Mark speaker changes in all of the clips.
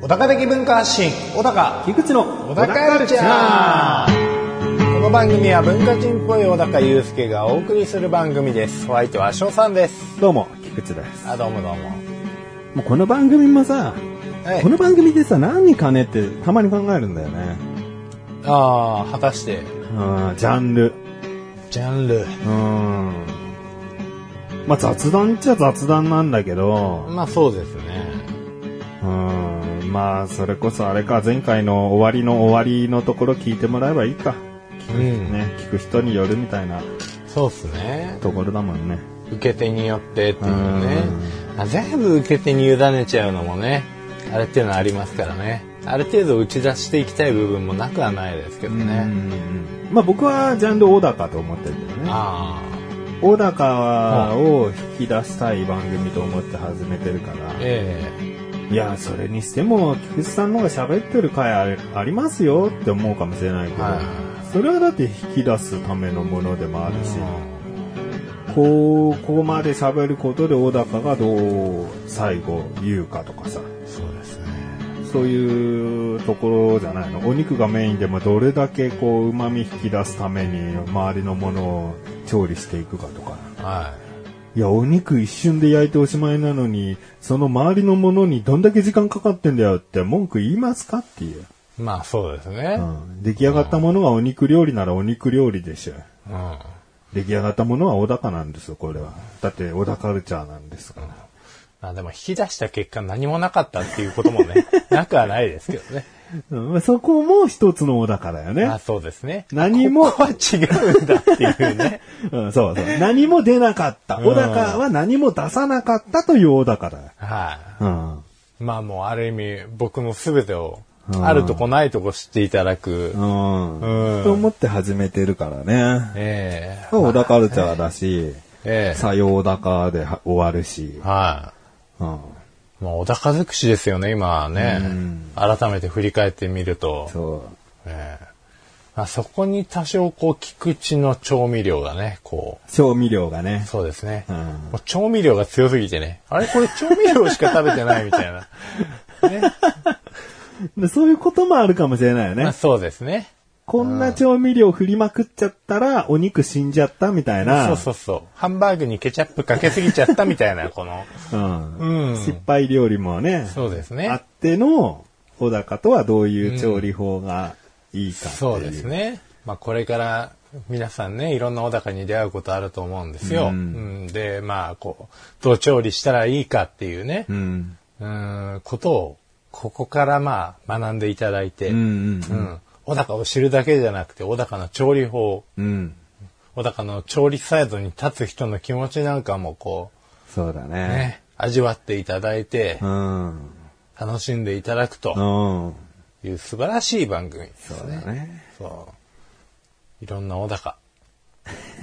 Speaker 1: 小高的文化発信小高
Speaker 2: 菊池の
Speaker 1: 小高ルチャーこの番組は文化人っぽい小高祐介がお送りする番組ですお相手は翔さんです
Speaker 2: どうも菊池です
Speaker 1: あどうもどうも
Speaker 2: もうこの番組もさ、
Speaker 1: はい
Speaker 2: この番組でさ何かねってたまに考えるんだよね
Speaker 1: ああ果たして
Speaker 2: うんジャンル
Speaker 1: ジャンル
Speaker 2: うんまあ雑談っちゃ雑談なんだけど
Speaker 1: まあそうですね
Speaker 2: うんまあそれこそあれか前回の終わりの終わりのところ聞いてもらえばいいか
Speaker 1: うん
Speaker 2: ね聞く人によるみたいな
Speaker 1: そうっすね
Speaker 2: ところだもんね
Speaker 1: 受け手によってっていうねあ全部受け手に委ねちゃうのもねあれっていうのはありますからねある程度打ち出していきたい部分もなくはないですけど
Speaker 2: う
Speaker 1: ね、
Speaker 2: んまあ僕はジャンル小高と思ってるんだよね
Speaker 1: ああ
Speaker 2: 小高を引き出したい番組と思って始めてるから、
Speaker 1: え
Speaker 2: いや、それにしても、菊池さんの方が喋ってる回ありありますよって思うかもしれないけど、
Speaker 1: は
Speaker 2: それはだって引き出すためのものでもあ
Speaker 1: え
Speaker 2: るし、こう、ここまで喋ることで小高がどう最後言うかとかさ、
Speaker 1: そうですね
Speaker 2: そういうところじゃないの。お肉がメインでもどれだけこう、旨味引き出すために周りのものを調理していくかとか。
Speaker 1: はい
Speaker 2: や、お肉一瞬で焼いておしまいなのに、その周りのものにどんだけ時間かかってんだよって文句言いますかっていう。
Speaker 1: いまあそうですね
Speaker 2: うん、出来上がったものがお肉料理ならお肉料理でしょ。
Speaker 1: うん
Speaker 2: 出来上がったものは小高なんですよ、これは。だって小高カルチャーなんですから。
Speaker 1: まあでも引き出した結果何もなかったっていうことも ねなくはないですけどね
Speaker 2: うん、そこも一つの小高だよ
Speaker 1: まあ
Speaker 2: ね。
Speaker 1: そうですね
Speaker 2: 何も
Speaker 1: ここは違うんだっていうね
Speaker 2: うん、そうそう。何も出なかった。
Speaker 1: うん
Speaker 2: 小高は何も出さなかったという小高だよ。
Speaker 1: はい、
Speaker 2: うん。
Speaker 1: まあもうある意味僕の全てを
Speaker 2: うん
Speaker 1: あるとこないとこ知っていただく。
Speaker 2: うん。
Speaker 1: うん
Speaker 2: と思って始めてるからね。
Speaker 1: ええ
Speaker 2: 小高カルチャーだし。
Speaker 1: ええ
Speaker 2: さようだかでは終わるし。
Speaker 1: は
Speaker 2: うん。
Speaker 1: い。まあ小高尽くしですよね、今はね。改めて振り返ってみると。
Speaker 2: そ
Speaker 1: ええまあ、そこに多少こう菊池の調味料がね、こ
Speaker 2: う。調味料がね
Speaker 1: う。。そうですね。
Speaker 2: うん
Speaker 1: もう調味料が強すぎてね。あれこれ調味料しか食べてないみたい な。
Speaker 2: でそういうこともあるかもしれないよ
Speaker 1: まあ
Speaker 2: ね。
Speaker 1: そうですね。
Speaker 2: こんな調味料振りまくっちゃったら、お肉死んじゃったみたいな。
Speaker 1: そうそうそう。ハンバーグにケチャップかけすぎちゃったみたいな、この。
Speaker 2: うん。
Speaker 1: うん
Speaker 2: 失敗料理もね。
Speaker 1: そうですね。
Speaker 2: あっての、小高とはどういう調理法がいいかっていう。
Speaker 1: そうです。ね。まあこれから皆さんね、いろんな小高に出会うことあると思うんですよ。うんで、まあこう、どう調理したらいいかっていうね、
Speaker 2: う。
Speaker 1: うんんことをここからまあ学んでいただいて、
Speaker 2: うんうん
Speaker 1: う。ん小高を知るだけじゃなくて、小高の調理法、
Speaker 2: うん。
Speaker 1: 小高の調理サイドに立つ人の気持ちなんかもこ
Speaker 2: そうだ
Speaker 1: う、
Speaker 2: ね。
Speaker 1: ね、味わっていただいて
Speaker 2: う、ん。
Speaker 1: 楽しんでいただくと
Speaker 2: うん。
Speaker 1: いう素晴らしい番組ですね。
Speaker 2: そうだね。
Speaker 1: そう。いろんな小高。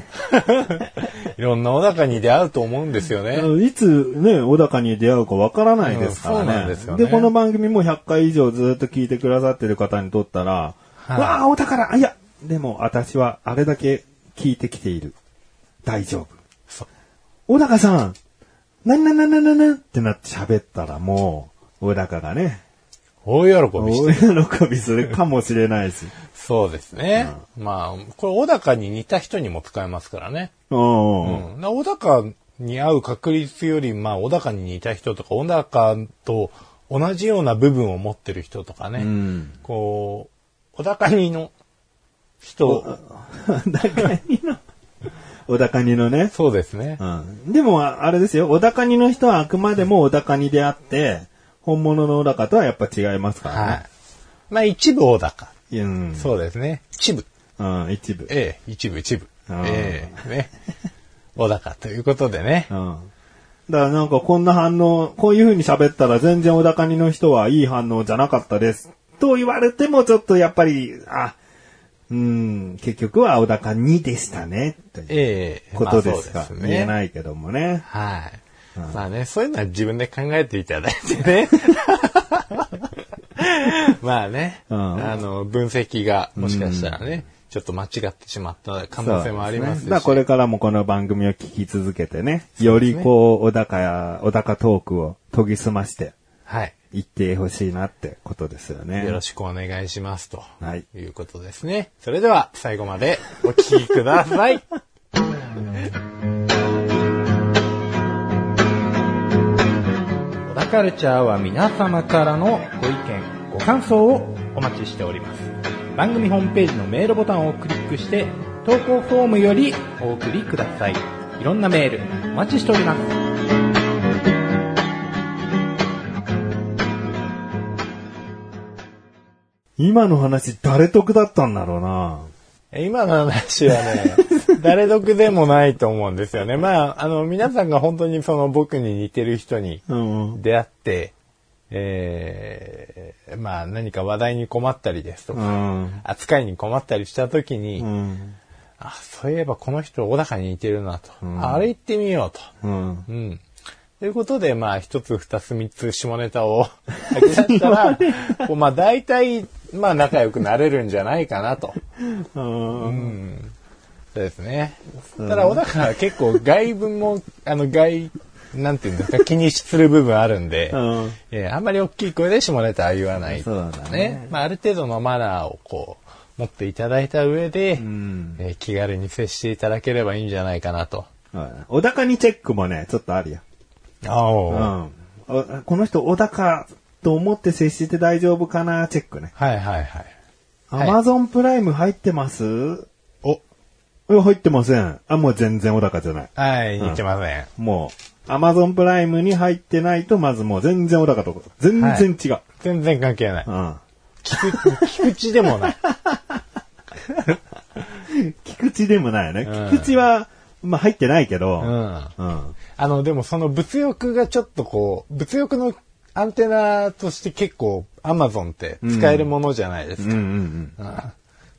Speaker 1: いろんな小高に出会うと思うんですよ
Speaker 2: あ
Speaker 1: ね。
Speaker 2: のいつね、小高に出会うかわからないですからね。
Speaker 1: うんそうなんですよね
Speaker 2: この番組も100回以上ずっと聞いてくださってる方にとったら、
Speaker 1: はい
Speaker 2: わあ、小高だいや、でも私はあれだけ聞いてきている。大丈夫。
Speaker 1: そう
Speaker 2: 小高さん、なんなんなんなんなんなんってなって喋ったらもう、小高がね、
Speaker 1: 大喜びして。
Speaker 2: 大喜びするかもしれないし。
Speaker 1: そうですね。まあ、これ小高に似た人にも使えますからね。
Speaker 2: うん
Speaker 1: う。ん。な小高に会う確率より、まあ、小高に似た人とか、小高と同じような部分を持ってる人とかね。
Speaker 2: ん
Speaker 1: こう、小高にの人、
Speaker 2: 小高にの、小高にのね、
Speaker 1: そうですね。
Speaker 2: うんでも、ああれですよ、小高にの人はあくまでも小高にであって、本物の小高とはやっぱ違いますからね。
Speaker 1: はい。まあ、一部小高。
Speaker 2: うん。
Speaker 1: そうですね。一部。
Speaker 2: うん、一部。
Speaker 1: ええ、一部一部。
Speaker 2: うん
Speaker 1: ええ、ね。小高ということでね
Speaker 2: う。ん。だからなんかこんな反応、こういう風に喋ったら全然小高にの人はいい反応じゃなかったです。と言われてもちょっとやっぱり、あ、うん、結局は小高にでしたね、という
Speaker 1: ええ、
Speaker 2: ことですか。
Speaker 1: まあそうです
Speaker 2: 言え
Speaker 1: ね。
Speaker 2: ないけどもね。
Speaker 1: はい。まあね、そういうのは自分で考えていただいて ね。まあね、
Speaker 2: うん
Speaker 1: あの、分析がもしかしたらね、ちょっと間違ってしまった可能性もありますし。
Speaker 2: だからこれからもこの番組を聞き続けてね、よりこう、小高や、小高トークを研ぎ澄まして
Speaker 1: はい。
Speaker 2: いってほしいなってことですよね。
Speaker 1: よろしくお願いしますと。
Speaker 2: はい。
Speaker 1: いうことですね。それでは最後までお聞きください。 小田カルチャーは皆様からのご意見、ご感想をお待ちしております。番組ホームページのメールボタンをクリックして、投稿フォームよりお送りください。いろんなメールお待ちしております。
Speaker 2: 今の話、誰得だったんだろうな
Speaker 1: 今の話は ね、誰得でもないと思うんですよね。まあ、あの、皆さんが本当にその僕に似てる人に
Speaker 2: うんうん
Speaker 1: 出会って、えーまあ何か話題に困ったりですと
Speaker 2: う
Speaker 1: か、
Speaker 2: ん。
Speaker 1: 扱いに困ったりした時に、
Speaker 2: うん。
Speaker 1: あ、そういえばこの人小高に似てるなと。ああれ行ってみようと。
Speaker 2: うん。
Speaker 1: うん。ということで、まあ、一つ、二つ、三つ、下ネタを吐き出した ら、こうまあ、大体、まあ、仲良くなれるんじゃないかなと。
Speaker 2: うん。
Speaker 1: そうですね。
Speaker 2: う
Speaker 1: ただ、小高は結構外部も、あの、外、なんていうんですか、気にする部分あるんで、
Speaker 2: うん。
Speaker 1: えーあんまり大きい声で下ネタは言わないと
Speaker 2: そう
Speaker 1: か
Speaker 2: だ
Speaker 1: ね。
Speaker 2: ね
Speaker 1: まあ、ある程度のマナーをこう、持っていただいた上で、
Speaker 2: ん
Speaker 1: えー気軽に接していただければいいんじゃないかなと。
Speaker 2: 小高にチェックもね、ちょっとあるよ。うん。
Speaker 1: ああ。
Speaker 2: あこの人小高と思って接して大丈夫かなチェックね。
Speaker 1: はいはいはい。
Speaker 2: ア
Speaker 1: はい
Speaker 2: マゾンプライム入ってます
Speaker 1: お、
Speaker 2: いや、入ってません。あ、もう全然小高じゃない。
Speaker 1: はい、言ってません。
Speaker 2: もう、アマゾンプライムに入ってないと、まずもう全然小高と、全然違う。
Speaker 1: 全然関係ない。菊菊池でもない。
Speaker 2: うん。菊池でもないよね。
Speaker 1: うん
Speaker 2: 菊池は、まあ入ってないけ
Speaker 1: う
Speaker 2: ど、
Speaker 1: ん。
Speaker 2: うん。
Speaker 1: あの、でもその物欲がちょっとこう、物欲のアンテナとして結構 Amazon って使えるものじゃないです
Speaker 2: う
Speaker 1: か
Speaker 2: んうんうん。
Speaker 1: ま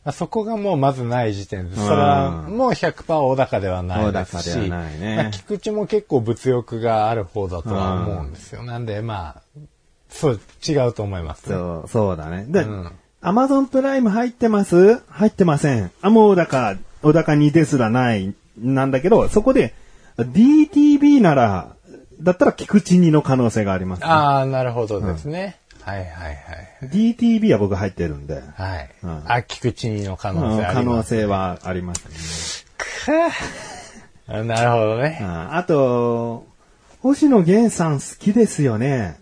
Speaker 1: あそこがもうまずない時点で、それはもう100%小高ではないですし、
Speaker 2: 小高ではないね
Speaker 1: まあ菊池も結構物欲がある方だとは思うんですよ。なんでまあ、そう、違うと思います。
Speaker 2: そう、そうだね。で
Speaker 1: うん、
Speaker 2: アマゾンプライム入ってます入ってません。あ、もう小高、小高にですらない、なんだけど、そこで、DTV なら、だったら菊池にの可能性がありますね、
Speaker 1: ああ、なるほどですね。はいはいはい。
Speaker 2: DTV は僕入ってるんで。
Speaker 1: はい。
Speaker 2: うん
Speaker 1: あ、菊池の可能性あ
Speaker 2: 可
Speaker 1: り
Speaker 2: 能
Speaker 1: ます。
Speaker 2: 性はあります、
Speaker 1: あなるほどね
Speaker 2: ね。ああと、星野源さん好きですよね。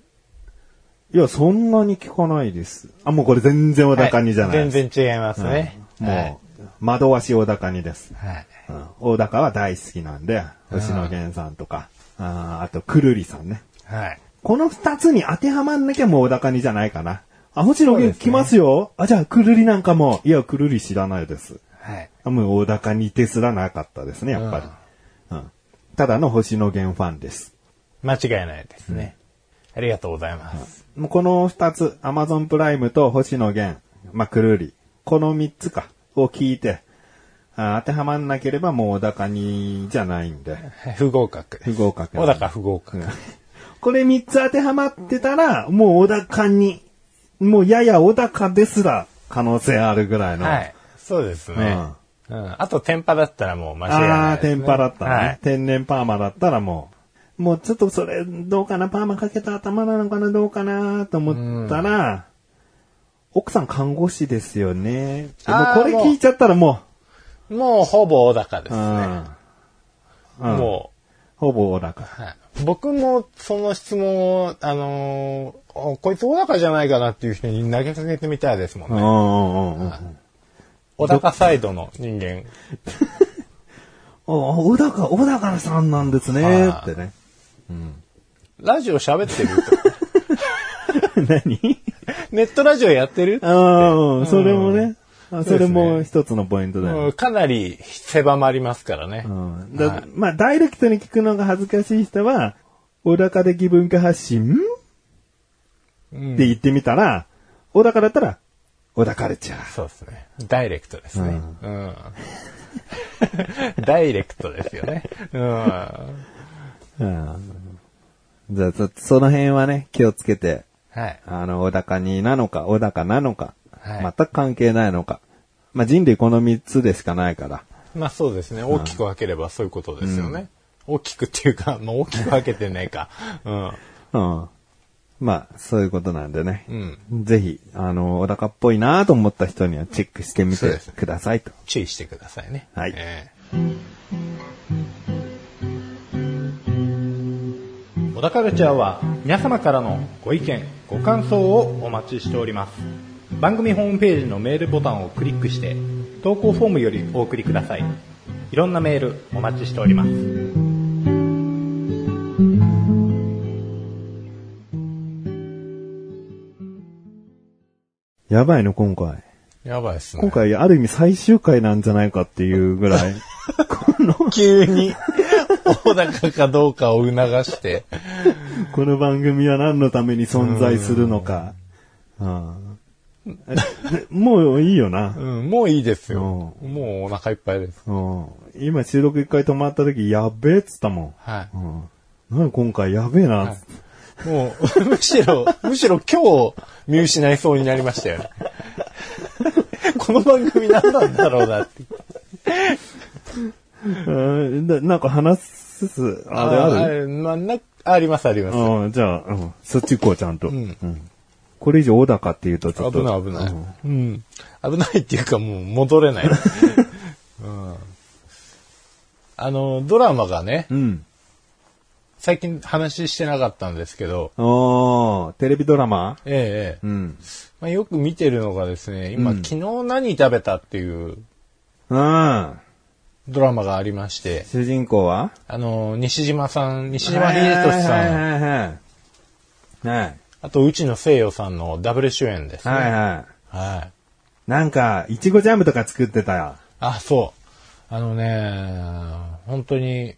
Speaker 2: いや、そんなに聞かないです。あ、もうこれ全然小高にじゃない。
Speaker 1: はい全然違いますね。
Speaker 2: うん
Speaker 1: はい
Speaker 2: もう、窓わし小高にです。
Speaker 1: はい。
Speaker 2: うん小高は大好きなんで、星野源さんとか、あーあと、くるりさんね。
Speaker 1: はい。
Speaker 2: この二つに当てはまんなきゃもう小高にじゃないかな。あ、星野源来ますよあ、じゃあ、くるりなんかも。いや、くるり知らないです。
Speaker 1: はい。
Speaker 2: あもう大高に手すらなかったですね、やっぱり。うんただの星野源ファンです。
Speaker 1: 間違いないですね。ありがとうございます。
Speaker 2: もうこの二つ、アマゾンプライムと星野源、まあ、くるり、この三つか、を聞いて、あ当てはまんなければもう大高にじゃないんで、
Speaker 1: はい不合格です。
Speaker 2: 不合格
Speaker 1: 小高不合格。
Speaker 2: これ三つ当てはまってたら、もう小高に、もうやや小高ですら可能性あるぐらいの。
Speaker 1: はい。そうですね。うん。あと、天パだったらもう間違い
Speaker 2: あ
Speaker 1: な
Speaker 2: あ
Speaker 1: いで
Speaker 2: ー、
Speaker 1: すね。
Speaker 2: 天パだったね、
Speaker 1: はい。
Speaker 2: 天然パーマだったらもう、もうちょっとそれ、どうかな、パーマかけた頭なのかな、どうかな、と思ったら、奥さん看護師ですよね。でも
Speaker 1: あー
Speaker 2: これ聞いちゃったらも
Speaker 1: もうほぼ小高で
Speaker 2: う、
Speaker 1: すね。
Speaker 2: うんうん
Speaker 1: も
Speaker 2: ほぼ小高。
Speaker 1: う、はい。僕もその質問を、あのー、あこいつ小高じゃないかなっていう人に投げかけてみたいですもん
Speaker 2: うんう
Speaker 1: ね。
Speaker 2: んうんうんあ
Speaker 1: 小高サイドの人間。
Speaker 2: 小高、小高さんなんですね、
Speaker 1: は
Speaker 2: っ
Speaker 1: い
Speaker 2: てね。
Speaker 1: ラジオ喋ってる
Speaker 2: 何
Speaker 1: ネットラジオやってる
Speaker 2: うん、それもね、あ
Speaker 1: そう
Speaker 2: そ
Speaker 1: で
Speaker 2: れ
Speaker 1: すね
Speaker 2: も一つのポイントだよね。
Speaker 1: うんかなり狭まりますからね。
Speaker 2: うんだ
Speaker 1: はい
Speaker 2: まあ、ダイレクトに聞くのが恥ずかしい人は、小高的文化発信、
Speaker 1: うん
Speaker 2: って言ってみたら、小高だったら、小高カルチャー。
Speaker 1: そうですね。ダイレクトですね。うん。 ダイレクトですよね。うん。
Speaker 2: うんじゃあ、そその辺はね、気をつけて、
Speaker 1: はい。
Speaker 2: あの、小高になのか、小高なのか、
Speaker 1: はい
Speaker 2: 全く関係ないのか。まあ人類この3つでしかないから。
Speaker 1: まあそうですね。大きく分ければそういうことですよね。大きくっていうか、まあ大きく分けてないか。うん。
Speaker 2: うん。まあ、そういうことなんでね。
Speaker 1: うん。
Speaker 2: ぜひ、あの、小高っぽいなと思った人にはチェックしてみ
Speaker 1: そう
Speaker 2: て
Speaker 1: ですね
Speaker 2: くださいと。
Speaker 1: 注意してくださいね。
Speaker 2: はい
Speaker 1: ええ小田カルチャーは皆様からのご意見、ご感想をお待ちしております。番組ホームページのメールボタンをクリックして、投稿フォームよりお送りください。いろんなメールお待ちしております。
Speaker 2: やばいの、今回。
Speaker 1: やばいっす
Speaker 2: 今回、ある意味最終回なんじゃないかっていう ぐらい。この、
Speaker 1: 急 に小高かどうかを促して。
Speaker 2: この番組は何のために存在するのか。うんえもういいよな。
Speaker 1: うん、もういいですよ。もうお腹いっぱいです。
Speaker 2: うん今収録一回止まった時、やべえっつったも
Speaker 1: はい
Speaker 2: ん。うん何今回やべえなっつって。
Speaker 1: もう、 むしろ、むしろ今日見失いそうになりました よね。この番組何なんだろうなって。
Speaker 2: うんななんか話す、あれある
Speaker 1: るまあ、な、ありますあります。
Speaker 2: うん、じゃあ、うん、そっち行こう、ちゃんと。
Speaker 1: ん
Speaker 2: うんこれ以上、小高って言うとちょっと。
Speaker 1: 危ない危ない
Speaker 2: うん。
Speaker 1: うん。危ないっていうかもう戻 れない。うんあの、ドラマがね、
Speaker 2: うん。
Speaker 1: 最近話してなかったんですけど、
Speaker 2: ああ、テレビドラマ
Speaker 1: ええええ
Speaker 2: うん。
Speaker 1: まあ、よく見てるのがですね、今、
Speaker 2: うん
Speaker 1: 昨日何食べたっていう
Speaker 2: うん。
Speaker 1: ドラマがありまして、
Speaker 2: 主人公は
Speaker 1: あの、西島さん、西島秀俊さん、
Speaker 2: はいはいはいはい。はい。
Speaker 1: あと、うちの西洋さんのダブル主演ですね。
Speaker 2: はい
Speaker 1: はい。
Speaker 2: はい。なんか、いちごジャムとか作ってたよ。
Speaker 1: あ、そう。あのね、本当に、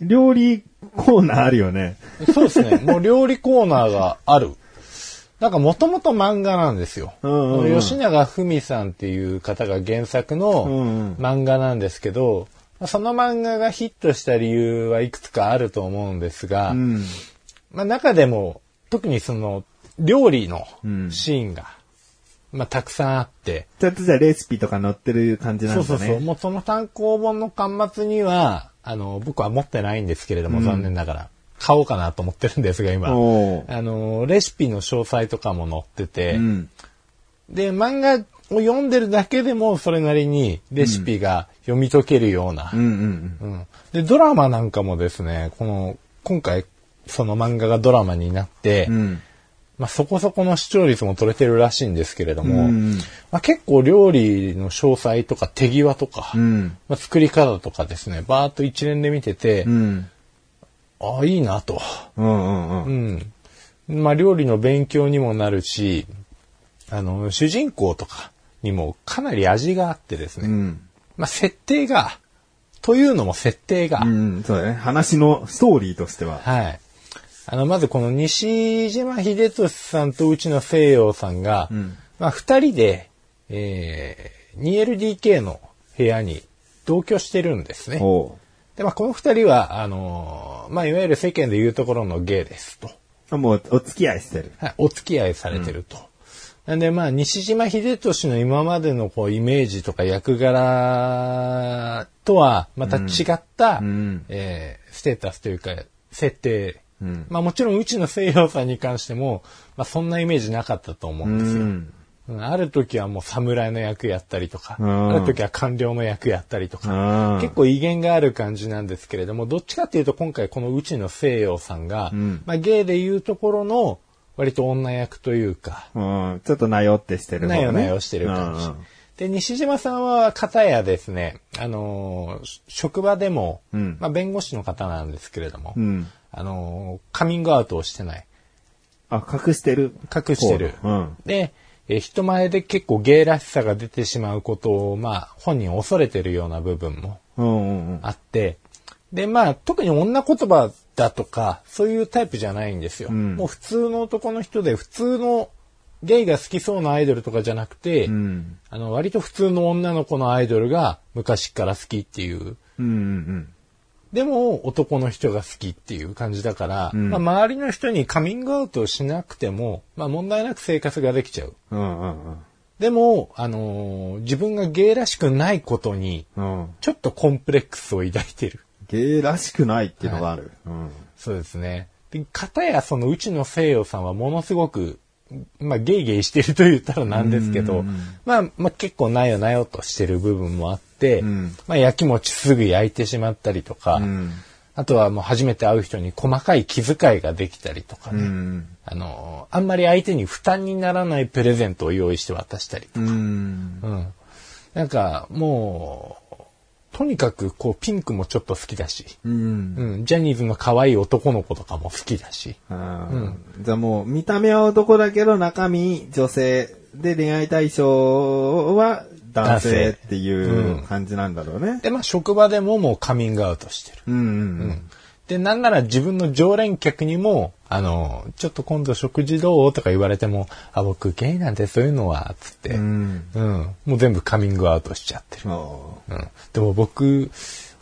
Speaker 2: 料理コーナーあるよね。
Speaker 1: そうです ね。もう料理コーナーがある。なんかもともと漫画なんですよ。
Speaker 2: うんうんうん
Speaker 1: 吉永文さんっていう方が原作
Speaker 2: うんうん
Speaker 1: の漫画なんですけど、まあその漫画がヒットした理由はいくつかあると思うんですが、
Speaker 2: うん。
Speaker 1: まあ中でも特にその料理の
Speaker 2: うん
Speaker 1: シーンが、まあたくさんあって、
Speaker 2: ちょっとじゃあレシピとか載ってる感じなんだ
Speaker 1: そう
Speaker 2: ね。
Speaker 1: そうそう。もうその単行本の巻末には、あの、僕は持ってないんですけれども、残念ながら。買おうかなと思ってるんですが、今。
Speaker 2: おー
Speaker 1: あの、レシピの詳細とかも載ってて、
Speaker 2: うん。
Speaker 1: で、漫画を読んでるだけでも、それなりにレシピが読み解けるような
Speaker 2: うんう、ん
Speaker 1: うんで、ドラマなんかもですね、この、今回、その漫画がドラマになって、
Speaker 2: うん。うん。
Speaker 1: まあ、そこそこの視聴率も取れてるらしいんですけれども、
Speaker 2: うん
Speaker 1: まあ、結構料理の詳細とか手際とか、
Speaker 2: うん。
Speaker 1: まあ、作り方とかですね、バーっと一連で見てて、
Speaker 2: うん。
Speaker 1: ああ、いいなと。
Speaker 2: うんうんう。
Speaker 1: うんん。まあ、料理の勉強にもなるし、あの、主人公とかにもかなり味があってです
Speaker 2: う
Speaker 1: ね、
Speaker 2: ん。
Speaker 1: まあ、設定が、というのも設定が、
Speaker 2: うん、そうだね。話のストーリーとしては。
Speaker 1: はい。あの、まずこの西島秀俊さんとうちの西洋さんが、
Speaker 2: うん
Speaker 1: まあ、二人で、えー、2LDK の部屋に同居してるんですね。
Speaker 2: おう
Speaker 1: で、まあ、この二人は、あのーまあ、いわゆる世間でいうところのゲイですと。
Speaker 2: あもう、お付き合いしてる。
Speaker 1: はい、お付き合いされてると。なんで、まあ、西島秀俊の今までのこうイメージとか役柄とはまた違った、
Speaker 2: うんうん
Speaker 1: えーステータスというか、設定。
Speaker 2: うん
Speaker 1: まあ、もちろん、うちの西洋さんに関しても、まあ、そんなイメージなかったと思うんですよ。
Speaker 2: ん。
Speaker 1: うんある時はもう侍の役やったりとか、
Speaker 2: うん
Speaker 1: ある時は官僚の役やったりとか、
Speaker 2: あ
Speaker 1: 結構威厳がある感じなんですけれども、どっちかっていうと今回このうちの西洋さんが、
Speaker 2: うん
Speaker 1: まあ芸でいうところの割と女役というか、
Speaker 2: 構、うん、ちょっとなよってしてる、
Speaker 1: なよなよしてる感じ。で、西島さんは片やですね、あのーし職場でも、
Speaker 2: うん
Speaker 1: まあ弁護士の方なんですけれども、
Speaker 2: うん。うん。
Speaker 1: あのーカミングアウトをしてない。
Speaker 2: あ、隠してる。
Speaker 1: 隠してる
Speaker 2: こううん。
Speaker 1: で、えー人前で結構ゲイらしさが出てしまうことを、まあ、本人恐れてるような部分も
Speaker 2: うんうんうん。
Speaker 1: あって、で、まあ、特に女言葉だとか、そういうタイプじゃないんですよ。
Speaker 2: うん
Speaker 1: もう普通の男の人で、普通のゲイが好きそうなアイドルとかじゃなくて、
Speaker 2: うん。
Speaker 1: あの、割と普通の女の子のアイドルが昔から好きっていう、
Speaker 2: うんうん
Speaker 1: でも男の人が好きっていう感じだから、
Speaker 2: ん
Speaker 1: まあ、周りの人にカミングアウトをしなくても、まあ問題なく生活ができちゃう。
Speaker 2: うん。うんうんうん。
Speaker 1: でも、あのー自分がゲイらしくないことに、
Speaker 2: うん。
Speaker 1: ちょっとコンプレックスを抱いてる。
Speaker 2: ゲイらしくないっていうのがある。うん。
Speaker 1: そうですね。で、かたやそのうちの西洋さんはものすごく、まあゲイゲイしてると言ったらなんですけど、まあ、まあ結構なよなよとしてる部分もあって、
Speaker 2: うん
Speaker 1: まあ焼き餅すぐ焼いてしまったりとか、
Speaker 2: うん。
Speaker 1: あとはもう初めて会う人に細かい気遣いができたりとか
Speaker 2: う
Speaker 1: ね、
Speaker 2: ん。
Speaker 1: あのー、あんまり相手に負担にならないプレゼントを用意して渡したりとか
Speaker 2: うん。
Speaker 1: うん。なんか、もう、とにかく、こう、ピンクもちょっと好きだし、
Speaker 2: うん。
Speaker 1: うん、ジャニーズの可愛い男の子とかも好きだし、
Speaker 2: うん。じゃあもう、見た目は男だけど中身女性で恋愛対象は男性っていう感じなんだろうね。
Speaker 1: で、まあ、職場でももうカミングアウトしてる。
Speaker 2: うんうん
Speaker 1: で、なんなら自分の常連客にも、あの、ちょっと今度食事どうとか言われても、あ、僕ゲイなんてそういうのは、つって、う
Speaker 2: う
Speaker 1: ん、
Speaker 2: ん。
Speaker 1: もう全部カミングアウトしちゃってる。
Speaker 2: うん。お
Speaker 1: うん。でも僕、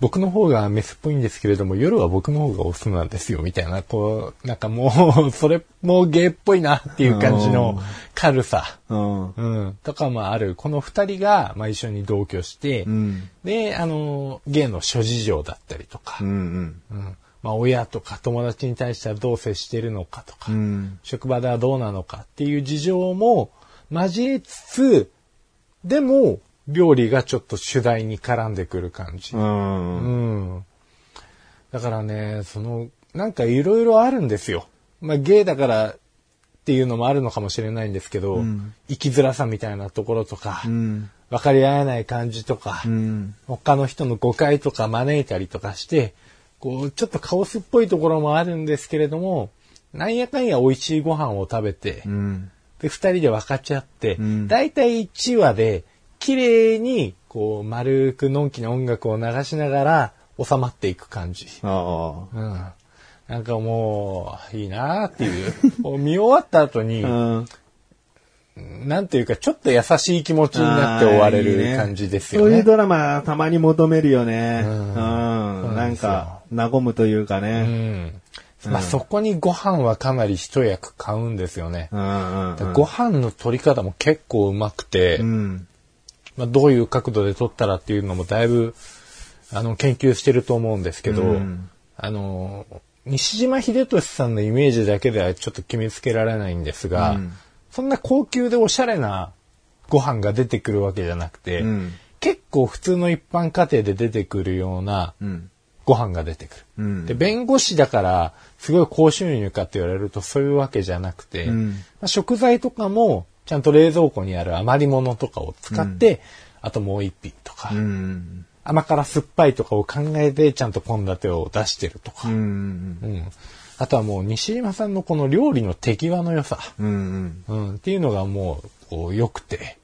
Speaker 1: 僕の方がメスっぽいんですけれども、夜は僕の方がオスなんですよ、みたいな、こう、なんかもう、 それもうゲイっぽいなっていう感じの軽さ、
Speaker 2: ーう
Speaker 1: う
Speaker 2: ん。
Speaker 1: ん、とかもある、この二人が、まあ、一緒に同居して、
Speaker 2: うん。
Speaker 1: で、あの、ゲイの諸事情だったりとか、
Speaker 2: う
Speaker 1: うん
Speaker 2: ん
Speaker 1: まあ、親とか友達に対してはどう接してるのかと
Speaker 2: う
Speaker 1: か、
Speaker 2: ん。
Speaker 1: 職場ではどうなのかっていう事情も交えつつ、でも、料理がちょっと主題に絡んでくる感じ
Speaker 2: う。ん。うん。
Speaker 1: うん。だからね、その、なんかいろいろあるんですよ。まあ、ゲイだからっていうのもあるのかもしれないんですけど、生きづらさみたいなところとか、
Speaker 2: うん。
Speaker 1: 分かり合えない感じとか、
Speaker 2: うん。
Speaker 1: 他の人の誤解とか招いたりとかして、こう、ちょっとカオスっぽいところもあるんですけれども、なんやかんや美味しいご飯を食べて、
Speaker 2: うん。
Speaker 1: で、二人で分かち合って
Speaker 2: ん、
Speaker 1: 大体1話で、綺麗に、こう、丸くのんきな音楽を流しながら、収まっていく感じ。
Speaker 2: あ
Speaker 1: うん。なんかもう、いいなーって いう。こう見終わった後に
Speaker 2: あ。、うん。
Speaker 1: なんていうか、ちょっと優しい気持ちになって終われ
Speaker 2: あーいい
Speaker 1: る
Speaker 2: ね
Speaker 1: 感じですよ
Speaker 2: そうい
Speaker 1: ね
Speaker 2: う。ドラマ、たまに求めるよね。う。
Speaker 1: うんんそう
Speaker 2: な
Speaker 1: なん
Speaker 2: ん
Speaker 1: ですよ
Speaker 2: か、和むというか
Speaker 1: う
Speaker 2: ね。
Speaker 1: ん。まあ、そこにご飯はかなり一役買うんですよね
Speaker 2: う。ん。うん。
Speaker 1: ご飯の取り方も結構うまくて、
Speaker 2: うん。
Speaker 1: まあ、どういう角度で撮ったらっていうのもだいぶあの研究してると思うんですけど、
Speaker 2: うん
Speaker 1: あの西島秀俊さんのイメージだけではちょっと決めつけられないんですが、
Speaker 2: うん
Speaker 1: そんな高級でおしゃれなご飯が出てくるわけじゃなくて、
Speaker 2: うん
Speaker 1: 結構普通の一般家庭で出てくるような
Speaker 2: うん。
Speaker 1: ご飯が出てくる。
Speaker 2: うん
Speaker 1: で弁護士だからすごい高収入かって言われるとそういうわけじゃなくて、
Speaker 2: うん
Speaker 1: まあ食材とかもちゃんと冷蔵庫にある余り物とかを使って、あともう一品とか、
Speaker 2: うん。
Speaker 1: 甘辛酸っぱいとかを考えてちゃんと献立を出してるとか、
Speaker 2: う
Speaker 1: うん
Speaker 2: ん。
Speaker 1: あとはもう西島さんのこの料理の手際の良さ、
Speaker 2: うん。
Speaker 1: うん、っていうのがもうこう良くて、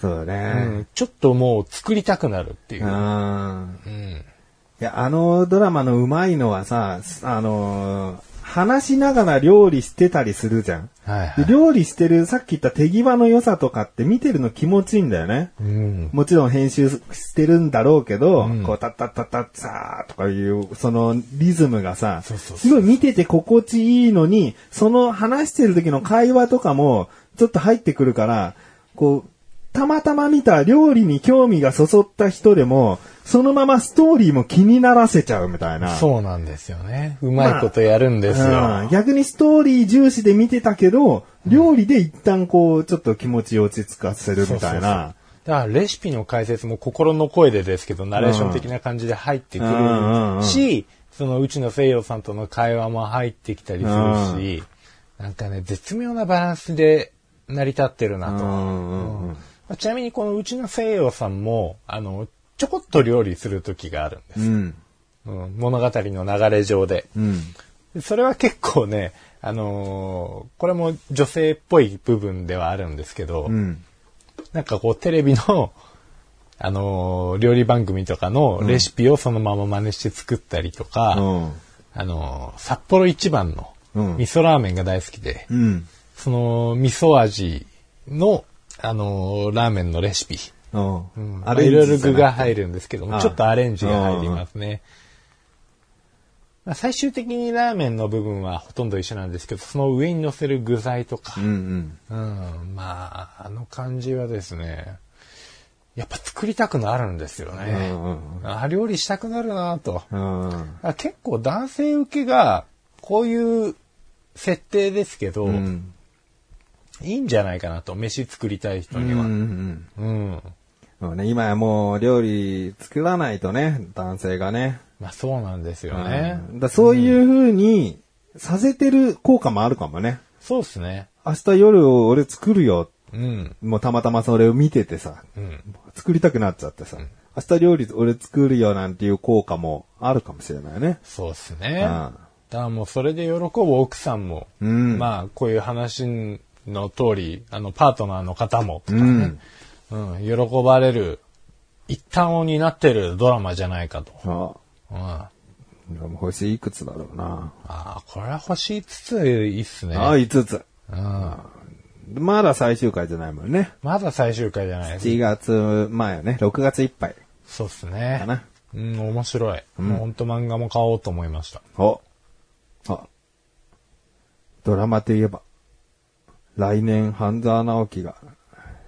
Speaker 2: そう
Speaker 1: う
Speaker 2: だね。
Speaker 1: ん、ちょっともう作りたくなるっていうう。
Speaker 2: ん。
Speaker 1: うん
Speaker 2: いや、あのドラマのうまいのはさ、あのー話しながら料理してたりするじゃん。
Speaker 1: はいは
Speaker 2: で
Speaker 1: い
Speaker 2: 料理してる、さっき言った手際の良さとかって見てるの気持ちいいんだよね。
Speaker 1: うん
Speaker 2: もちろん編集してるんだろうけど、
Speaker 1: うん
Speaker 2: こう、タッタッタッタッツァーとかいう、そのリズムがさ、
Speaker 1: そうそうそう
Speaker 2: すごい見てて心地いいのに、その話してる時の会話とかも、ちょっと入ってくるから、こう、たまたま見た料理に興味がそそった人でも、そのままストーリーも気にならせちゃうみたいな。
Speaker 1: そうなんですよね。うまいことやるんですよ。
Speaker 2: うん逆にストーリー重視で見てたけど、料理で一旦こう、ちょっと気持ちを落ち着かせるみた
Speaker 1: だ
Speaker 2: いな。
Speaker 1: からレシピの解説も心の声でですけど、ナレーション的な感じで入ってくるし、
Speaker 2: うんうんうん
Speaker 1: そのうちの西洋さんとの会話も入ってきたりするし、なんかね、絶妙なバランスで成り立ってるなと。
Speaker 2: うんうんうん
Speaker 1: まあちなみにこのうちの西洋さんも、あの、ちょこっと料理する時があるんです。
Speaker 2: うん。
Speaker 1: うん物語の流れ上で。
Speaker 2: うん。
Speaker 1: それは結構ね、あのーこれも女性っぽい部分ではあるんですけど、
Speaker 2: うん。
Speaker 1: なんかこうテレビの、 あのー料理番組とかのレシピをそのまま真似して作ったりとか、
Speaker 2: うん。
Speaker 1: あのー札幌一番の
Speaker 2: うん
Speaker 1: 味噌ラーメンが大好きで、
Speaker 2: うん。
Speaker 1: その味噌味の、あのーラーメンのレシピ、
Speaker 2: うん。
Speaker 1: まあいろいろ具が入るんですけど
Speaker 2: あ
Speaker 1: も、
Speaker 2: あ
Speaker 1: ちょっとアレンジが入りますね。まあ最終的にラーメンの部分はほとんど一緒なんですけど、その上に乗せる具材とか
Speaker 2: う、んうん。
Speaker 1: うん、まあ、あの感じはですね、やっぱ作りたくなるんですよ
Speaker 2: う
Speaker 1: ね。
Speaker 2: んうん
Speaker 1: あ料理したくなるなと。
Speaker 2: うん。うん
Speaker 1: あ結構男性受けが、こういう設定ですけど、
Speaker 2: うん。
Speaker 1: いいんじゃないかなと。飯作りたい人には。う
Speaker 2: う
Speaker 1: ん。
Speaker 2: うんんそうね、今やもう料理作らないとね、男性がね。
Speaker 1: まあそうなんですよね。
Speaker 2: うんだそういう風にさせてる効果もあるかもね。
Speaker 1: そうですね。
Speaker 2: 明日夜を俺作るよ。
Speaker 1: うん。
Speaker 2: もうたまたまそれを見ててさ、
Speaker 1: うん。
Speaker 2: 作りたくなっちゃってさ、明日料理俺作るよなんていう効果もあるかもしれないね。
Speaker 1: そうですね。
Speaker 2: うん
Speaker 1: だからもうそれで喜ぶ奥さんも、
Speaker 2: うん
Speaker 1: まあこういう話の通り、あのパートナーの方も、
Speaker 2: うん。
Speaker 1: うん、喜ばれる、一端を担ってるドラマじゃないかと。
Speaker 2: あ
Speaker 1: うん。あ
Speaker 2: でも星いくつだろうな。
Speaker 1: あ、これは欲しいつついいっすね。
Speaker 2: ああ、5つ。
Speaker 1: うん。
Speaker 2: まだ最終回じゃないもんね。
Speaker 1: まだ最終回じゃないです。
Speaker 2: 7月前よね。6月いっぱい
Speaker 1: そうっす
Speaker 2: か
Speaker 1: ね。
Speaker 2: な。
Speaker 1: うん、面白い。もうほんと漫画も買おうと思いました。
Speaker 2: お。あ。ドラマといえば、来年、半沢直樹が、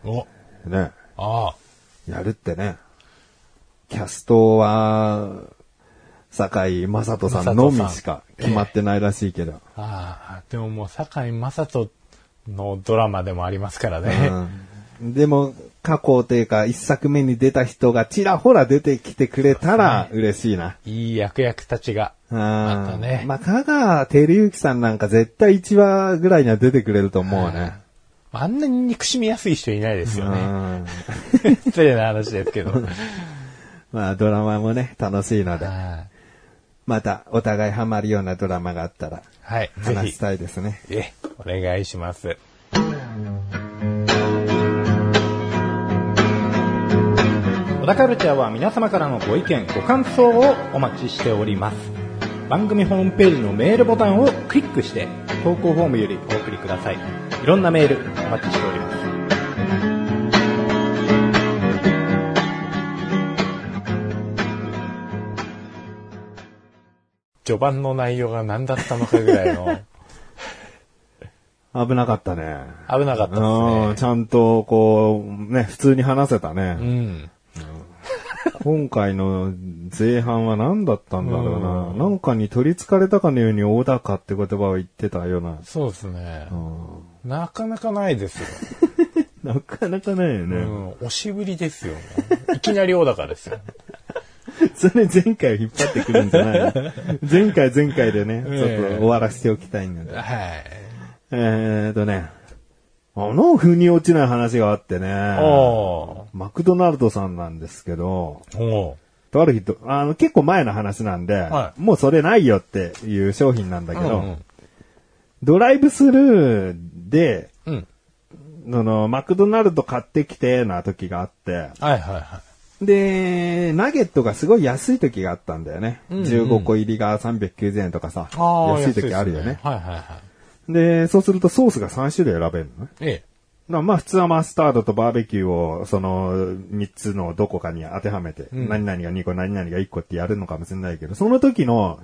Speaker 1: お、
Speaker 2: ね、
Speaker 1: ああ、
Speaker 2: やるってね。キャストは、堺井雅人さんのみしか決まってないらしいけど。
Speaker 1: ああ、でももう、堺井雅人のドラマでもありますからね。
Speaker 2: うんでも、過去というか、一作目に出た人がちらほら出てきてくれたら嬉しいな。
Speaker 1: いい役役たちが。
Speaker 2: あ
Speaker 1: またね
Speaker 2: まあ、香川照之さんなんか絶対1話ぐらいには出てくれると思うね。
Speaker 1: あんなに憎しみやすい人いないです
Speaker 2: う
Speaker 1: よね。
Speaker 2: ん。
Speaker 1: 失礼な話ですけど。
Speaker 2: まあ、ドラマもね、楽しいので、
Speaker 1: はい
Speaker 2: またお互いハマるようなドラマがあったら、
Speaker 1: はい、ぜ
Speaker 2: 話し
Speaker 1: ひ、
Speaker 2: たいですね。
Speaker 1: え、お願いします。小田カルチャーは皆様からのご意見、ご感想をお待ちしております。番組ホームページのメールボタンをクリックして、投稿フォームよりお送りください。いろんなメールお待ちしております。序盤の内容が何だったのかぐらいの
Speaker 2: 危なかったね。
Speaker 1: 危なかったです
Speaker 2: うん、ちゃんと、こう、ね、普通に話せた
Speaker 1: ね。う
Speaker 2: ね。
Speaker 1: ん。
Speaker 2: 今回の前半は何だったんだろうな。なんかに取り憑かれたかのように、小高って言葉を言ってたような。
Speaker 1: そうですね
Speaker 2: う。ん
Speaker 1: なかなかないですよ。
Speaker 2: なかなかないよ
Speaker 1: う
Speaker 2: ね。
Speaker 1: ん、押しぶりですよ、ね。いきなり小高ですよ。
Speaker 2: それ前回を引っ張ってくるんじゃないの前回前回でね、ちょっと終わらせておきたいので。
Speaker 1: はい。
Speaker 2: えーとね、あの腑に落ちない話があってね、
Speaker 1: お
Speaker 2: マクドナルドさんなんですけど、
Speaker 1: ー。お
Speaker 2: とある日と、あの、結構前の話なんで、
Speaker 1: は
Speaker 2: もうそれないよっていう商品なんだ
Speaker 1: ー。
Speaker 2: けど、
Speaker 1: うん
Speaker 2: ドライブスルーで、
Speaker 1: うん。うん。
Speaker 2: その、マクドナルド買ってきて、な時があって、
Speaker 1: はいはいは
Speaker 2: で、ナゲットがすごい安い時があったんだよね。
Speaker 1: うんうん
Speaker 2: 15個入りが390円とかさ、
Speaker 1: い。あー
Speaker 2: 安い時あるよ
Speaker 1: 安いっ
Speaker 2: ね
Speaker 1: すはいはいはい。
Speaker 2: で、そうするとソースが3種類選べるのね。
Speaker 1: え
Speaker 2: なまあ普通はマスタードとバーベキューをその3つのどこかに当てはめて、
Speaker 1: うん
Speaker 2: 何々が2個何々が1個ってやるのかもしれないけど、その時の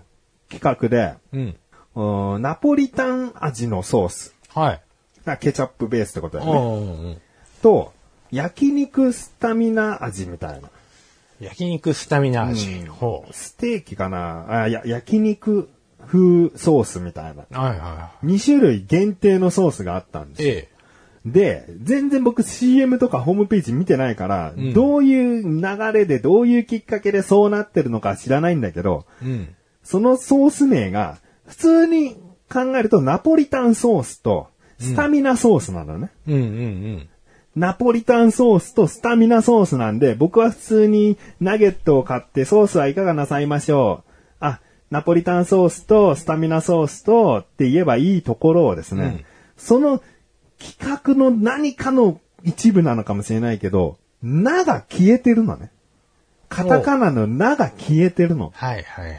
Speaker 2: 企画で、
Speaker 1: え。うん。
Speaker 2: うーんナポリタン味のソース。
Speaker 1: はい。
Speaker 2: なケチャップベースってことだよね。
Speaker 1: おー。
Speaker 2: と、焼肉スタミナ味みたいな。
Speaker 1: 焼肉スタミナ味。
Speaker 2: うん
Speaker 1: ほ
Speaker 2: ステーキかなあや焼肉風ソースみたいな。
Speaker 1: う。はいはいは
Speaker 2: 2種類限定のソースがあったんです
Speaker 1: い。え
Speaker 2: で、全然僕 CM とかホームページ見てないから、
Speaker 1: うん
Speaker 2: どういう流れでどういうきっかけでそうなってるのか知らないんだけど、
Speaker 1: え。うん。
Speaker 2: そのソース名が、普通に考えるとナポリタンソースとスタミナソースなのね。
Speaker 1: うんうん
Speaker 2: ナポリタンソースとスタミナソースなんで、僕は普通にナゲットを買ってソースはいかがなさいましょう。あ、ナポリタンソースとスタミナソースとって言えばいいところをですね、
Speaker 1: うん
Speaker 2: その企画の何かの一部なのかもしれないけど、なが消えてるのね。カタカナのなが消えてるの。
Speaker 1: はいはいはい。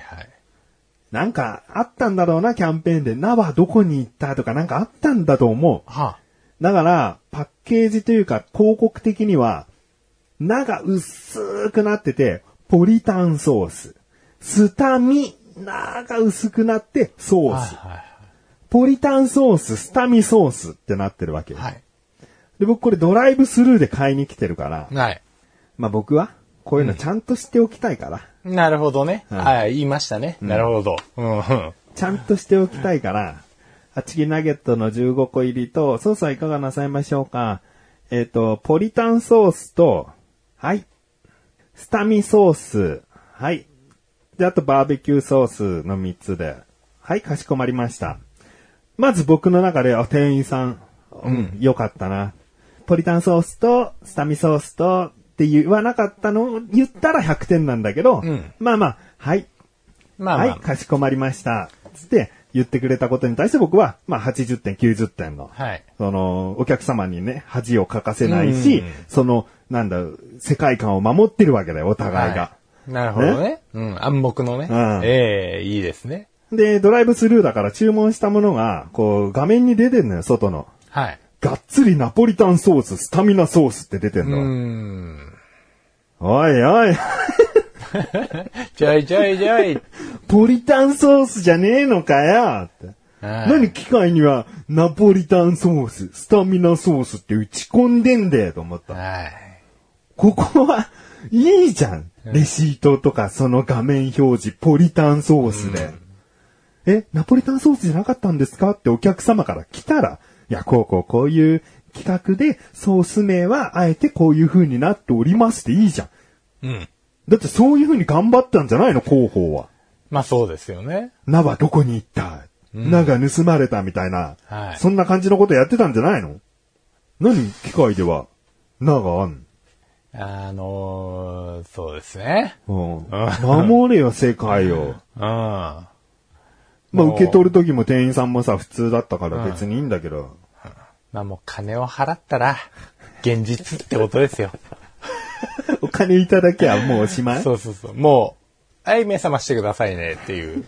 Speaker 2: なんかあったんだろうな、キャンペーンで。なはどこに行ったとかなんかあったんだと思う。
Speaker 1: は
Speaker 2: だから、パッケージというか広告的には、なが薄くなってて、ポリタンソース、スタミなんか薄くなって、ソース。
Speaker 1: は
Speaker 2: ポリタンソース、スタミソースってなってるわけ。
Speaker 1: い。はい。
Speaker 2: で、僕これドライブスルーで買いに来てるから、
Speaker 1: はい。
Speaker 2: まあ僕は、こういうのちゃんとしておきたいから、
Speaker 1: なるほどね。
Speaker 2: うん
Speaker 1: はい、言いましたね。なるほど。うん、うん。
Speaker 2: ちゃんとしておきたいから、あチキンナゲットの15個入りと、ソースはいかがなさいましょうかえっ、と、ポリタンソースと、はい。スタミソース、はい。で、あとバーベキューソースの3つで、はい、かしこまりました。まず僕の中で、あ、店員さん、うん、よかったな。ポリタンソースと、スタミソースと、って言わなかったのを言ったら100点なんだけ
Speaker 1: う
Speaker 2: ど、
Speaker 1: ん
Speaker 2: まあまあ、はい、
Speaker 1: まあまあ、
Speaker 2: はい、かしこまりました。つって言ってくれたことに対して僕は、まあ80点、90点の、
Speaker 1: はい
Speaker 2: その、お客様にね、恥をかかせないし、
Speaker 1: うん
Speaker 2: その、なんだ、世界観を守ってるわけだよ、お互いが。
Speaker 1: はいなるほどね。うん、暗黙のね。
Speaker 2: うん
Speaker 1: ええいいですね。
Speaker 2: で、ドライブスルーだから注文したものが、こう、画面に出てんのよ、外の。
Speaker 1: はい。
Speaker 2: がっつりナポリタンソース、スタミナソースって出てん
Speaker 1: う
Speaker 2: の。
Speaker 1: ん。
Speaker 2: おいおい、
Speaker 1: ちょいちょいちょい。
Speaker 2: ポリタンソースじゃねえのかよって。
Speaker 1: 何
Speaker 2: 何機械にはナポリタンソース、スタミナソースって打ち込んでんでと思った。
Speaker 1: はい。
Speaker 2: ここはいいじゃん。レシートとかその画面表示、ポリタンソースで。え、ナポリタンソースじゃなかったんですかってお客様から来たら、いや、こうこうこういう企画でソース名はあえてこういう風になっておりますっていいじゃん。
Speaker 1: うん。
Speaker 2: だってそういう風に頑張ったんじゃないの広報は。
Speaker 1: まあそうですよね。
Speaker 2: ナはどこに行った、ナが盗まれたみたいな、
Speaker 1: はい
Speaker 2: そんな感じのことやってたんじゃないの何機械では、ナがあん
Speaker 1: あのー、そうですね。
Speaker 2: の、うん、守れよ、世界を。
Speaker 1: うん。は
Speaker 2: まあ、
Speaker 1: もう
Speaker 2: 受け取る時も店員さんもさ、普通だったから別にいいんだけど。
Speaker 1: まあもう金を払ったら、現実ってことですよ。
Speaker 2: お金いただけはもうおしまい
Speaker 1: そうそうそう。もう、はい、目覚ましてくださいねって いう。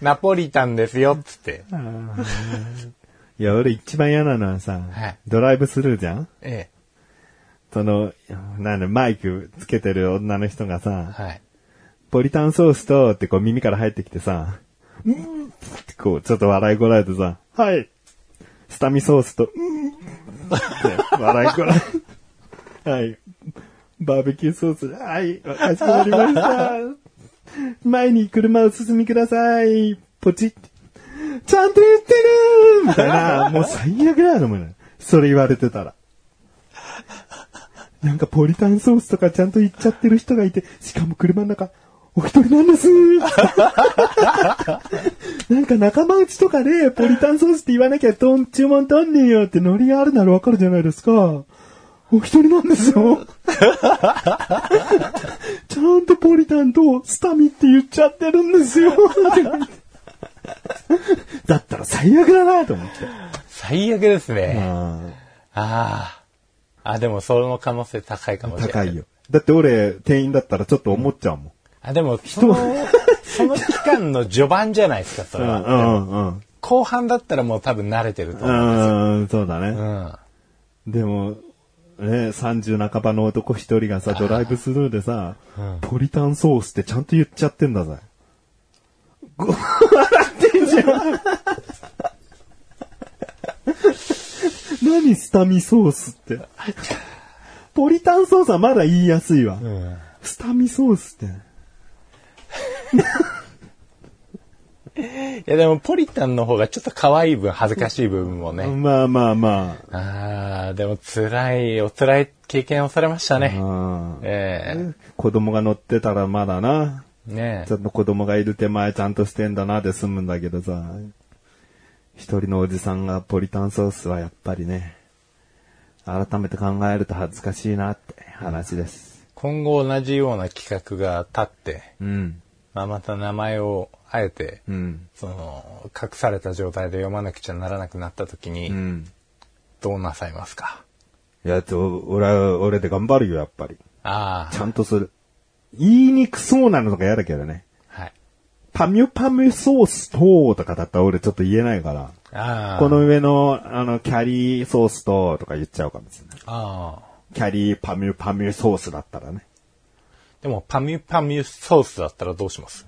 Speaker 1: ナポリタンですよ、つって。
Speaker 2: いや、俺一番嫌なのは
Speaker 1: は
Speaker 2: さ、
Speaker 1: い
Speaker 2: ドライブスルーじゃん
Speaker 1: え
Speaker 2: その、なんだ、マイクつけてる女の人がさ、
Speaker 1: え。はい。
Speaker 2: ポリタンソースと、ってこう耳から入ってきてさ、うんってこう、ちょっと笑いこらえてさ、はい。スタミソースと、うんって笑いこらえて、はい。バーベキューソース、はい。かしこまりました。前に車を進みください。ポチッ。ちゃんと言ってるみたい な、もう最悪だと思うよ。それ言われてたら。なんかポリタンソースとかちゃんと言っちゃってる人がいて、しかも車の中、お一人なんです。 なんか仲間内とかで、ポリタンソースって言わなきゃどん注文取んねえよってノリがあるならわかるじゃないですか。お一人なんですよ。 ちゃんとポリタンとスタミって言っちゃってるんですよ。 だったら最悪だなと思って。
Speaker 1: 最悪ですね。
Speaker 2: あ
Speaker 1: ああ。あ、でもその可能性高いかもしれな
Speaker 2: 高
Speaker 1: い。
Speaker 2: いよ。だって俺、店員だったらちょっと思っちゃうもん。
Speaker 1: あ、でも、その、その期間の序盤じゃないですか、それは。
Speaker 2: うんうんうん。
Speaker 1: 後半だったらもう多分慣れてると
Speaker 2: う
Speaker 1: 思う。
Speaker 2: ん、そうだ
Speaker 1: う
Speaker 2: ね。
Speaker 1: ん。
Speaker 2: でも、ね、30半ばの男一人がさ、ドライブスルーでさ、ポリタンソースってちゃんと言っちゃってんだぜ。ご笑ってんじゃん。何スタミソースって。ポリタンソースはまだ言いやすいわ。
Speaker 1: うん。
Speaker 2: スタミソースって。
Speaker 1: いやでも、ポリタンの方がちょっと可愛い分、恥ずかしい部分もね。
Speaker 2: まあまあま
Speaker 1: ああ、でも辛い、お辛い経験をされました
Speaker 2: あ。
Speaker 1: ね。
Speaker 2: うん
Speaker 1: え
Speaker 2: 子供が乗ってたらまだな。
Speaker 1: えね
Speaker 2: ちゃんと子供がいる手前ちゃんとしてんだなで済むんだけどさ、一人のおじさんがポリタンソースはやっぱりね、改めて考えると恥ずかしいなって話です。
Speaker 1: 今後同じような企画が立って、
Speaker 2: うん。
Speaker 1: まあ、また名前をあえて、
Speaker 2: うん。
Speaker 1: その、隠された状態で読まなくちゃならなくなった時に、
Speaker 2: うん。
Speaker 1: どうなさいますか
Speaker 2: いや、ちょ、俺は、俺で頑張るよ、やっぱり。
Speaker 1: あ
Speaker 2: ちゃんとする。言いにくそうなのとか嫌だけどね。
Speaker 1: あ、はい。
Speaker 2: パミュパミュソースととかだったら俺ちょっと言えないから、
Speaker 1: ああ。
Speaker 2: こ、の上の、あの、キャリーソースととか言っちゃうかもしれない。
Speaker 1: ああ。
Speaker 2: キャリーパミュパミュソースだったらね。
Speaker 1: でも、パミュパミュソースだったらどうします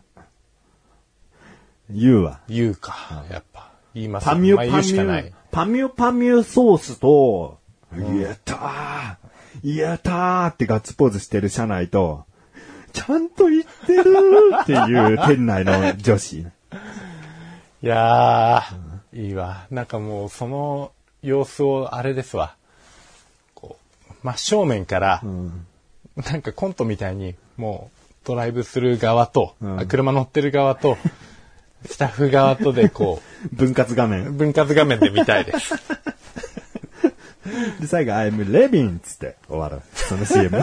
Speaker 2: 言うわ。
Speaker 1: 言うか。やっぱ。言います
Speaker 2: パミュ
Speaker 1: まあ
Speaker 2: パ
Speaker 1: 言う
Speaker 2: ミ
Speaker 1: しかな
Speaker 2: ュ
Speaker 1: い。、
Speaker 2: パミュパミュソースと、やったーやったーってガッツポーズしてる社内と、ちゃんと言ってるーっていう店内の女子。
Speaker 1: いやー、いいわ。なんかもう、その様子を、あれですわ。こう、真正面から、なんかコントみたいに、もう、ドライブする側と、
Speaker 2: うん
Speaker 1: あ車乗ってる側と、スタッフ側とで、こ
Speaker 2: 分割画
Speaker 1: う、
Speaker 2: 面。
Speaker 1: 分割画面で見たい です。
Speaker 2: で、最後、I'm Levin! つって終わる。その CM。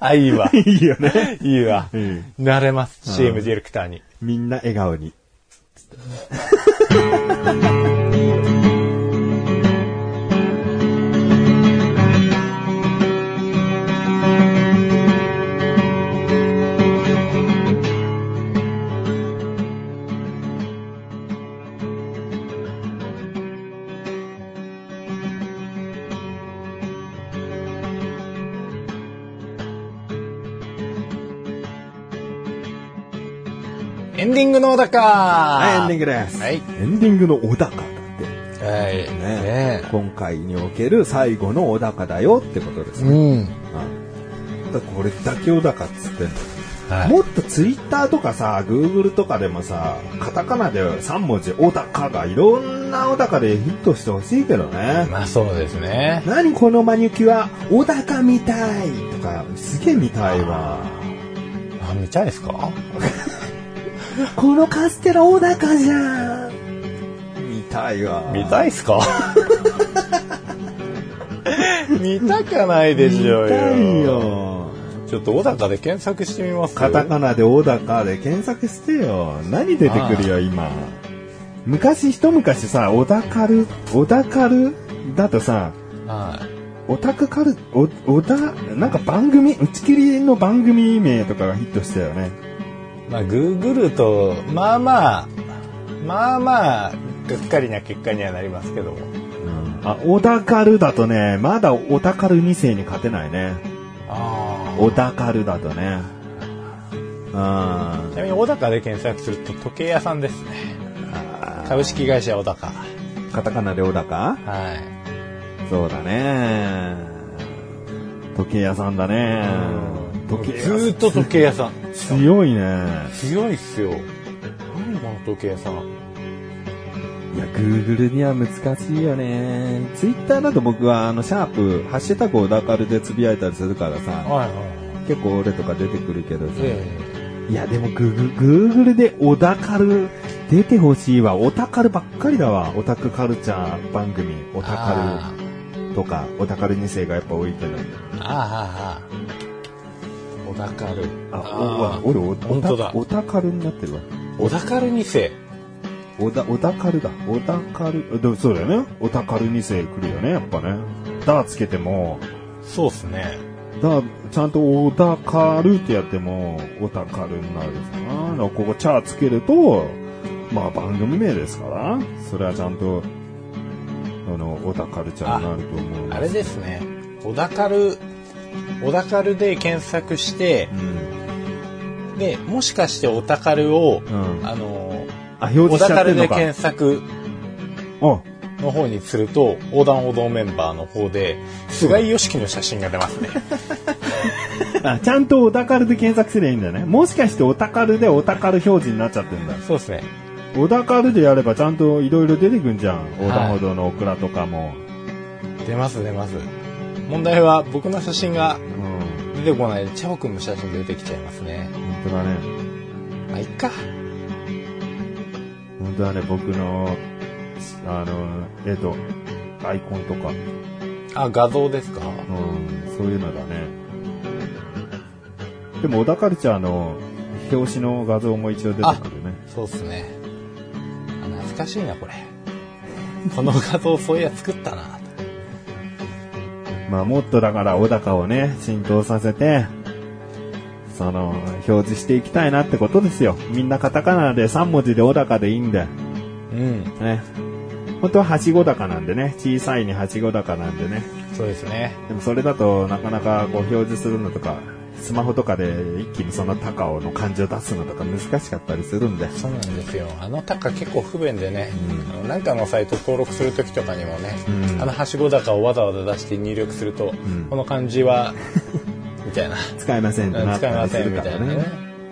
Speaker 1: あ、いいわ。
Speaker 2: いいよね。
Speaker 1: いいわ。
Speaker 2: うん
Speaker 1: 慣れます。CM ディレクターに。
Speaker 2: みんな笑顔に。
Speaker 1: エンディングの小高
Speaker 2: はい、エ
Speaker 1: は
Speaker 2: ンディングです。
Speaker 1: はい
Speaker 2: エンディングの小高だって。
Speaker 1: はい。
Speaker 2: ね
Speaker 1: ね
Speaker 2: 今回における最後の小高だよってことです
Speaker 1: え。
Speaker 2: ね。
Speaker 1: うん。
Speaker 2: だからこれだけ小高っつってんの
Speaker 1: はい
Speaker 2: もっとツイッターとかさ、グーグルとかでもさ、カタカナで3文字、オタカがいろんなオタカでヒットしてほしいけどね。
Speaker 1: まあそうですね。
Speaker 2: 何このマニュキュア、オタカみたいとか、すげえ見たいわ。
Speaker 1: あ、見たいですか
Speaker 2: このカステラオタカじゃん見たいわ。
Speaker 1: 見たいっすか見たかないでしょうよ。
Speaker 2: 見たいよ。
Speaker 1: ちょっと小高で検索してみます
Speaker 2: カタカナで小高で検索してよ。何出てくるよ、今。昔、一昔さ、小高カル、小高カルだとさ、
Speaker 1: はい
Speaker 2: オタクカル、お、おだ、なんか番組、打ち切りの番組名とかがヒットしたよね。
Speaker 1: まあ、Google と、まあまあ、まあまあ、がっかりな結果にはなりますけども。
Speaker 2: あ、オダカルだとね、まだオタカル2世に勝てないね。
Speaker 1: あ
Speaker 2: オダカルだとね。うん。
Speaker 1: ちなみに小高で検索すると時計屋さんですね。株式会社小高。
Speaker 2: カタカナでオダカ
Speaker 1: はい。
Speaker 2: そうだね。時計屋さんだね。時計屋
Speaker 1: ずーっと時計屋さん。
Speaker 2: 強いね。
Speaker 1: 強いっすよ。何この時計屋さん。
Speaker 2: いや、Google には難しいよね。Twitter だと僕は、あの、シャープ、ハッシュタグオダカルでつぶやいたりするからさ、
Speaker 1: はいは
Speaker 2: 結構俺とか出てくるけどさ
Speaker 1: い。。で、
Speaker 2: いや、でも Google、Google でオダカル出てほしいわ。オタカルばっかりだわ。オタクカルチャー番組、オタカルとか、オタカル2世がやっぱ多いけど。
Speaker 1: あーあー、あーあー。小高る。
Speaker 2: あ、
Speaker 1: ー
Speaker 2: お、お、お、
Speaker 1: 本当だ
Speaker 2: オタカルになってるわ。
Speaker 1: 小高る2世。
Speaker 2: オダ、オダカルだ。オダカル、でもそうだよね。オタカル2世来るよね、やっぱね。ダーつけても、
Speaker 1: そうっすね。
Speaker 2: だちゃんとオタカルってやっても、オタカルになるですな。だからここ、チャーつけると、まあ番組名ですから、それはちゃんと、あの、オタカルチャーになると思う。
Speaker 1: あれですね。小高る、小高るで検索して
Speaker 2: う、ん。
Speaker 1: で、もしかして小高るを、
Speaker 2: うん。
Speaker 1: あのー、
Speaker 2: あ、表
Speaker 1: 小
Speaker 2: 示しちゃっ
Speaker 1: 高
Speaker 2: て
Speaker 1: る
Speaker 2: んの
Speaker 1: で
Speaker 2: か。
Speaker 1: 検索
Speaker 2: あ、
Speaker 1: の方にすると、横断歩道メンバーの方で、菅井良樹の写真が出ますね。
Speaker 2: あちゃんとオタカルで検索すればいいんだよね。もしかしてオタカルでオタカル表示になっちゃってんだ。
Speaker 1: そうですね。
Speaker 2: 小田カルでやればちゃんといろいろ出てくんじゃん。横断歩道のオクラとかも。
Speaker 1: 出ます出ます問題は僕の写真が
Speaker 2: うん。本
Speaker 1: 出てこないでチャオくんの写真出てきちゃいますね
Speaker 2: 当だね。
Speaker 1: まあいっか
Speaker 2: 本当だね。僕の、あの、えっと、アイコンとか、
Speaker 1: あ画像ですか
Speaker 2: うん、そういうのだね。でも、小田カルチャーの表紙の画像も一応出てくるね。
Speaker 1: そうっすねあ懐かしいなこれこの画像そういや作ったな
Speaker 2: まあ、もっとだから小高をね、浸透させて、その、表示していきたいなってことですよ。みんなカタカナで3文字で小高でいいんだよ。
Speaker 1: うん
Speaker 2: ね。本当ははしご高なんでね。小さいにはしご高なんでね。
Speaker 1: そうですね
Speaker 2: でもそれだとなかなかこう表示するのとかスマホとかで一気にその高尾の感じを出すのとか難しかったりするんで。
Speaker 1: そうなんですよあのタカ結構不便でね、あのなんかのサイト登録する時とかにもね、あのはしご高をわざわざ出して入力すると、この漢字 はみたいな
Speaker 2: 使えませんってなったりするから
Speaker 1: 使えませんみ
Speaker 2: ね
Speaker 1: たい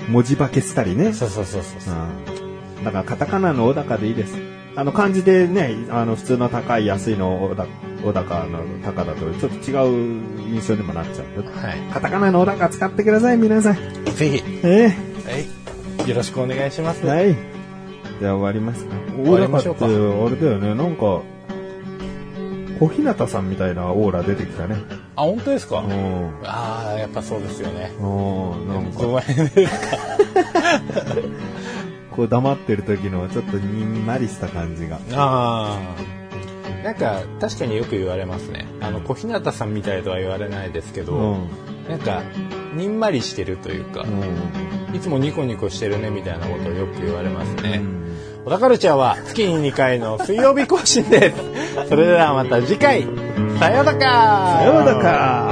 Speaker 1: な。
Speaker 2: 文字化けしたりね。
Speaker 1: そうそうそうそう、
Speaker 2: うんだからカタカナの小高でいいです。あの漢字でね、あの普通の高い安いの小高小高の高だとちょっと違う印象にもなっちゃうんで。
Speaker 1: は
Speaker 2: カタカナの小高使ってください、皆さん。
Speaker 1: いぜひ、
Speaker 2: え
Speaker 1: はい、よろしくお願いします、
Speaker 2: えはい。じゃあ終わりますか。
Speaker 1: わ
Speaker 2: 小
Speaker 1: りまし
Speaker 2: 高
Speaker 1: ょ
Speaker 2: っ
Speaker 1: うか
Speaker 2: て、あれだよね、なんか、小日向さんみたいなオーラ出てきたね。
Speaker 1: あ本当ですか、
Speaker 2: うん。
Speaker 1: ああやっぱそうですよね
Speaker 2: うん、なん
Speaker 1: ご
Speaker 2: か、
Speaker 1: めんね
Speaker 2: こう黙ってる時のちょっとにんまりした感じが。
Speaker 1: ああなんか確かによく言われますねあの小日向さんみたいとは言われないですけ
Speaker 2: う
Speaker 1: ど、
Speaker 2: ん。
Speaker 1: なんかにんまりしてるというか、
Speaker 2: う
Speaker 1: いつもニコニコしてるねみたいなことをよく言われますね。
Speaker 2: ん。
Speaker 1: 小田カルチャーは月に2回の水曜日更新です。それではまた次回、さようだか
Speaker 2: さようだか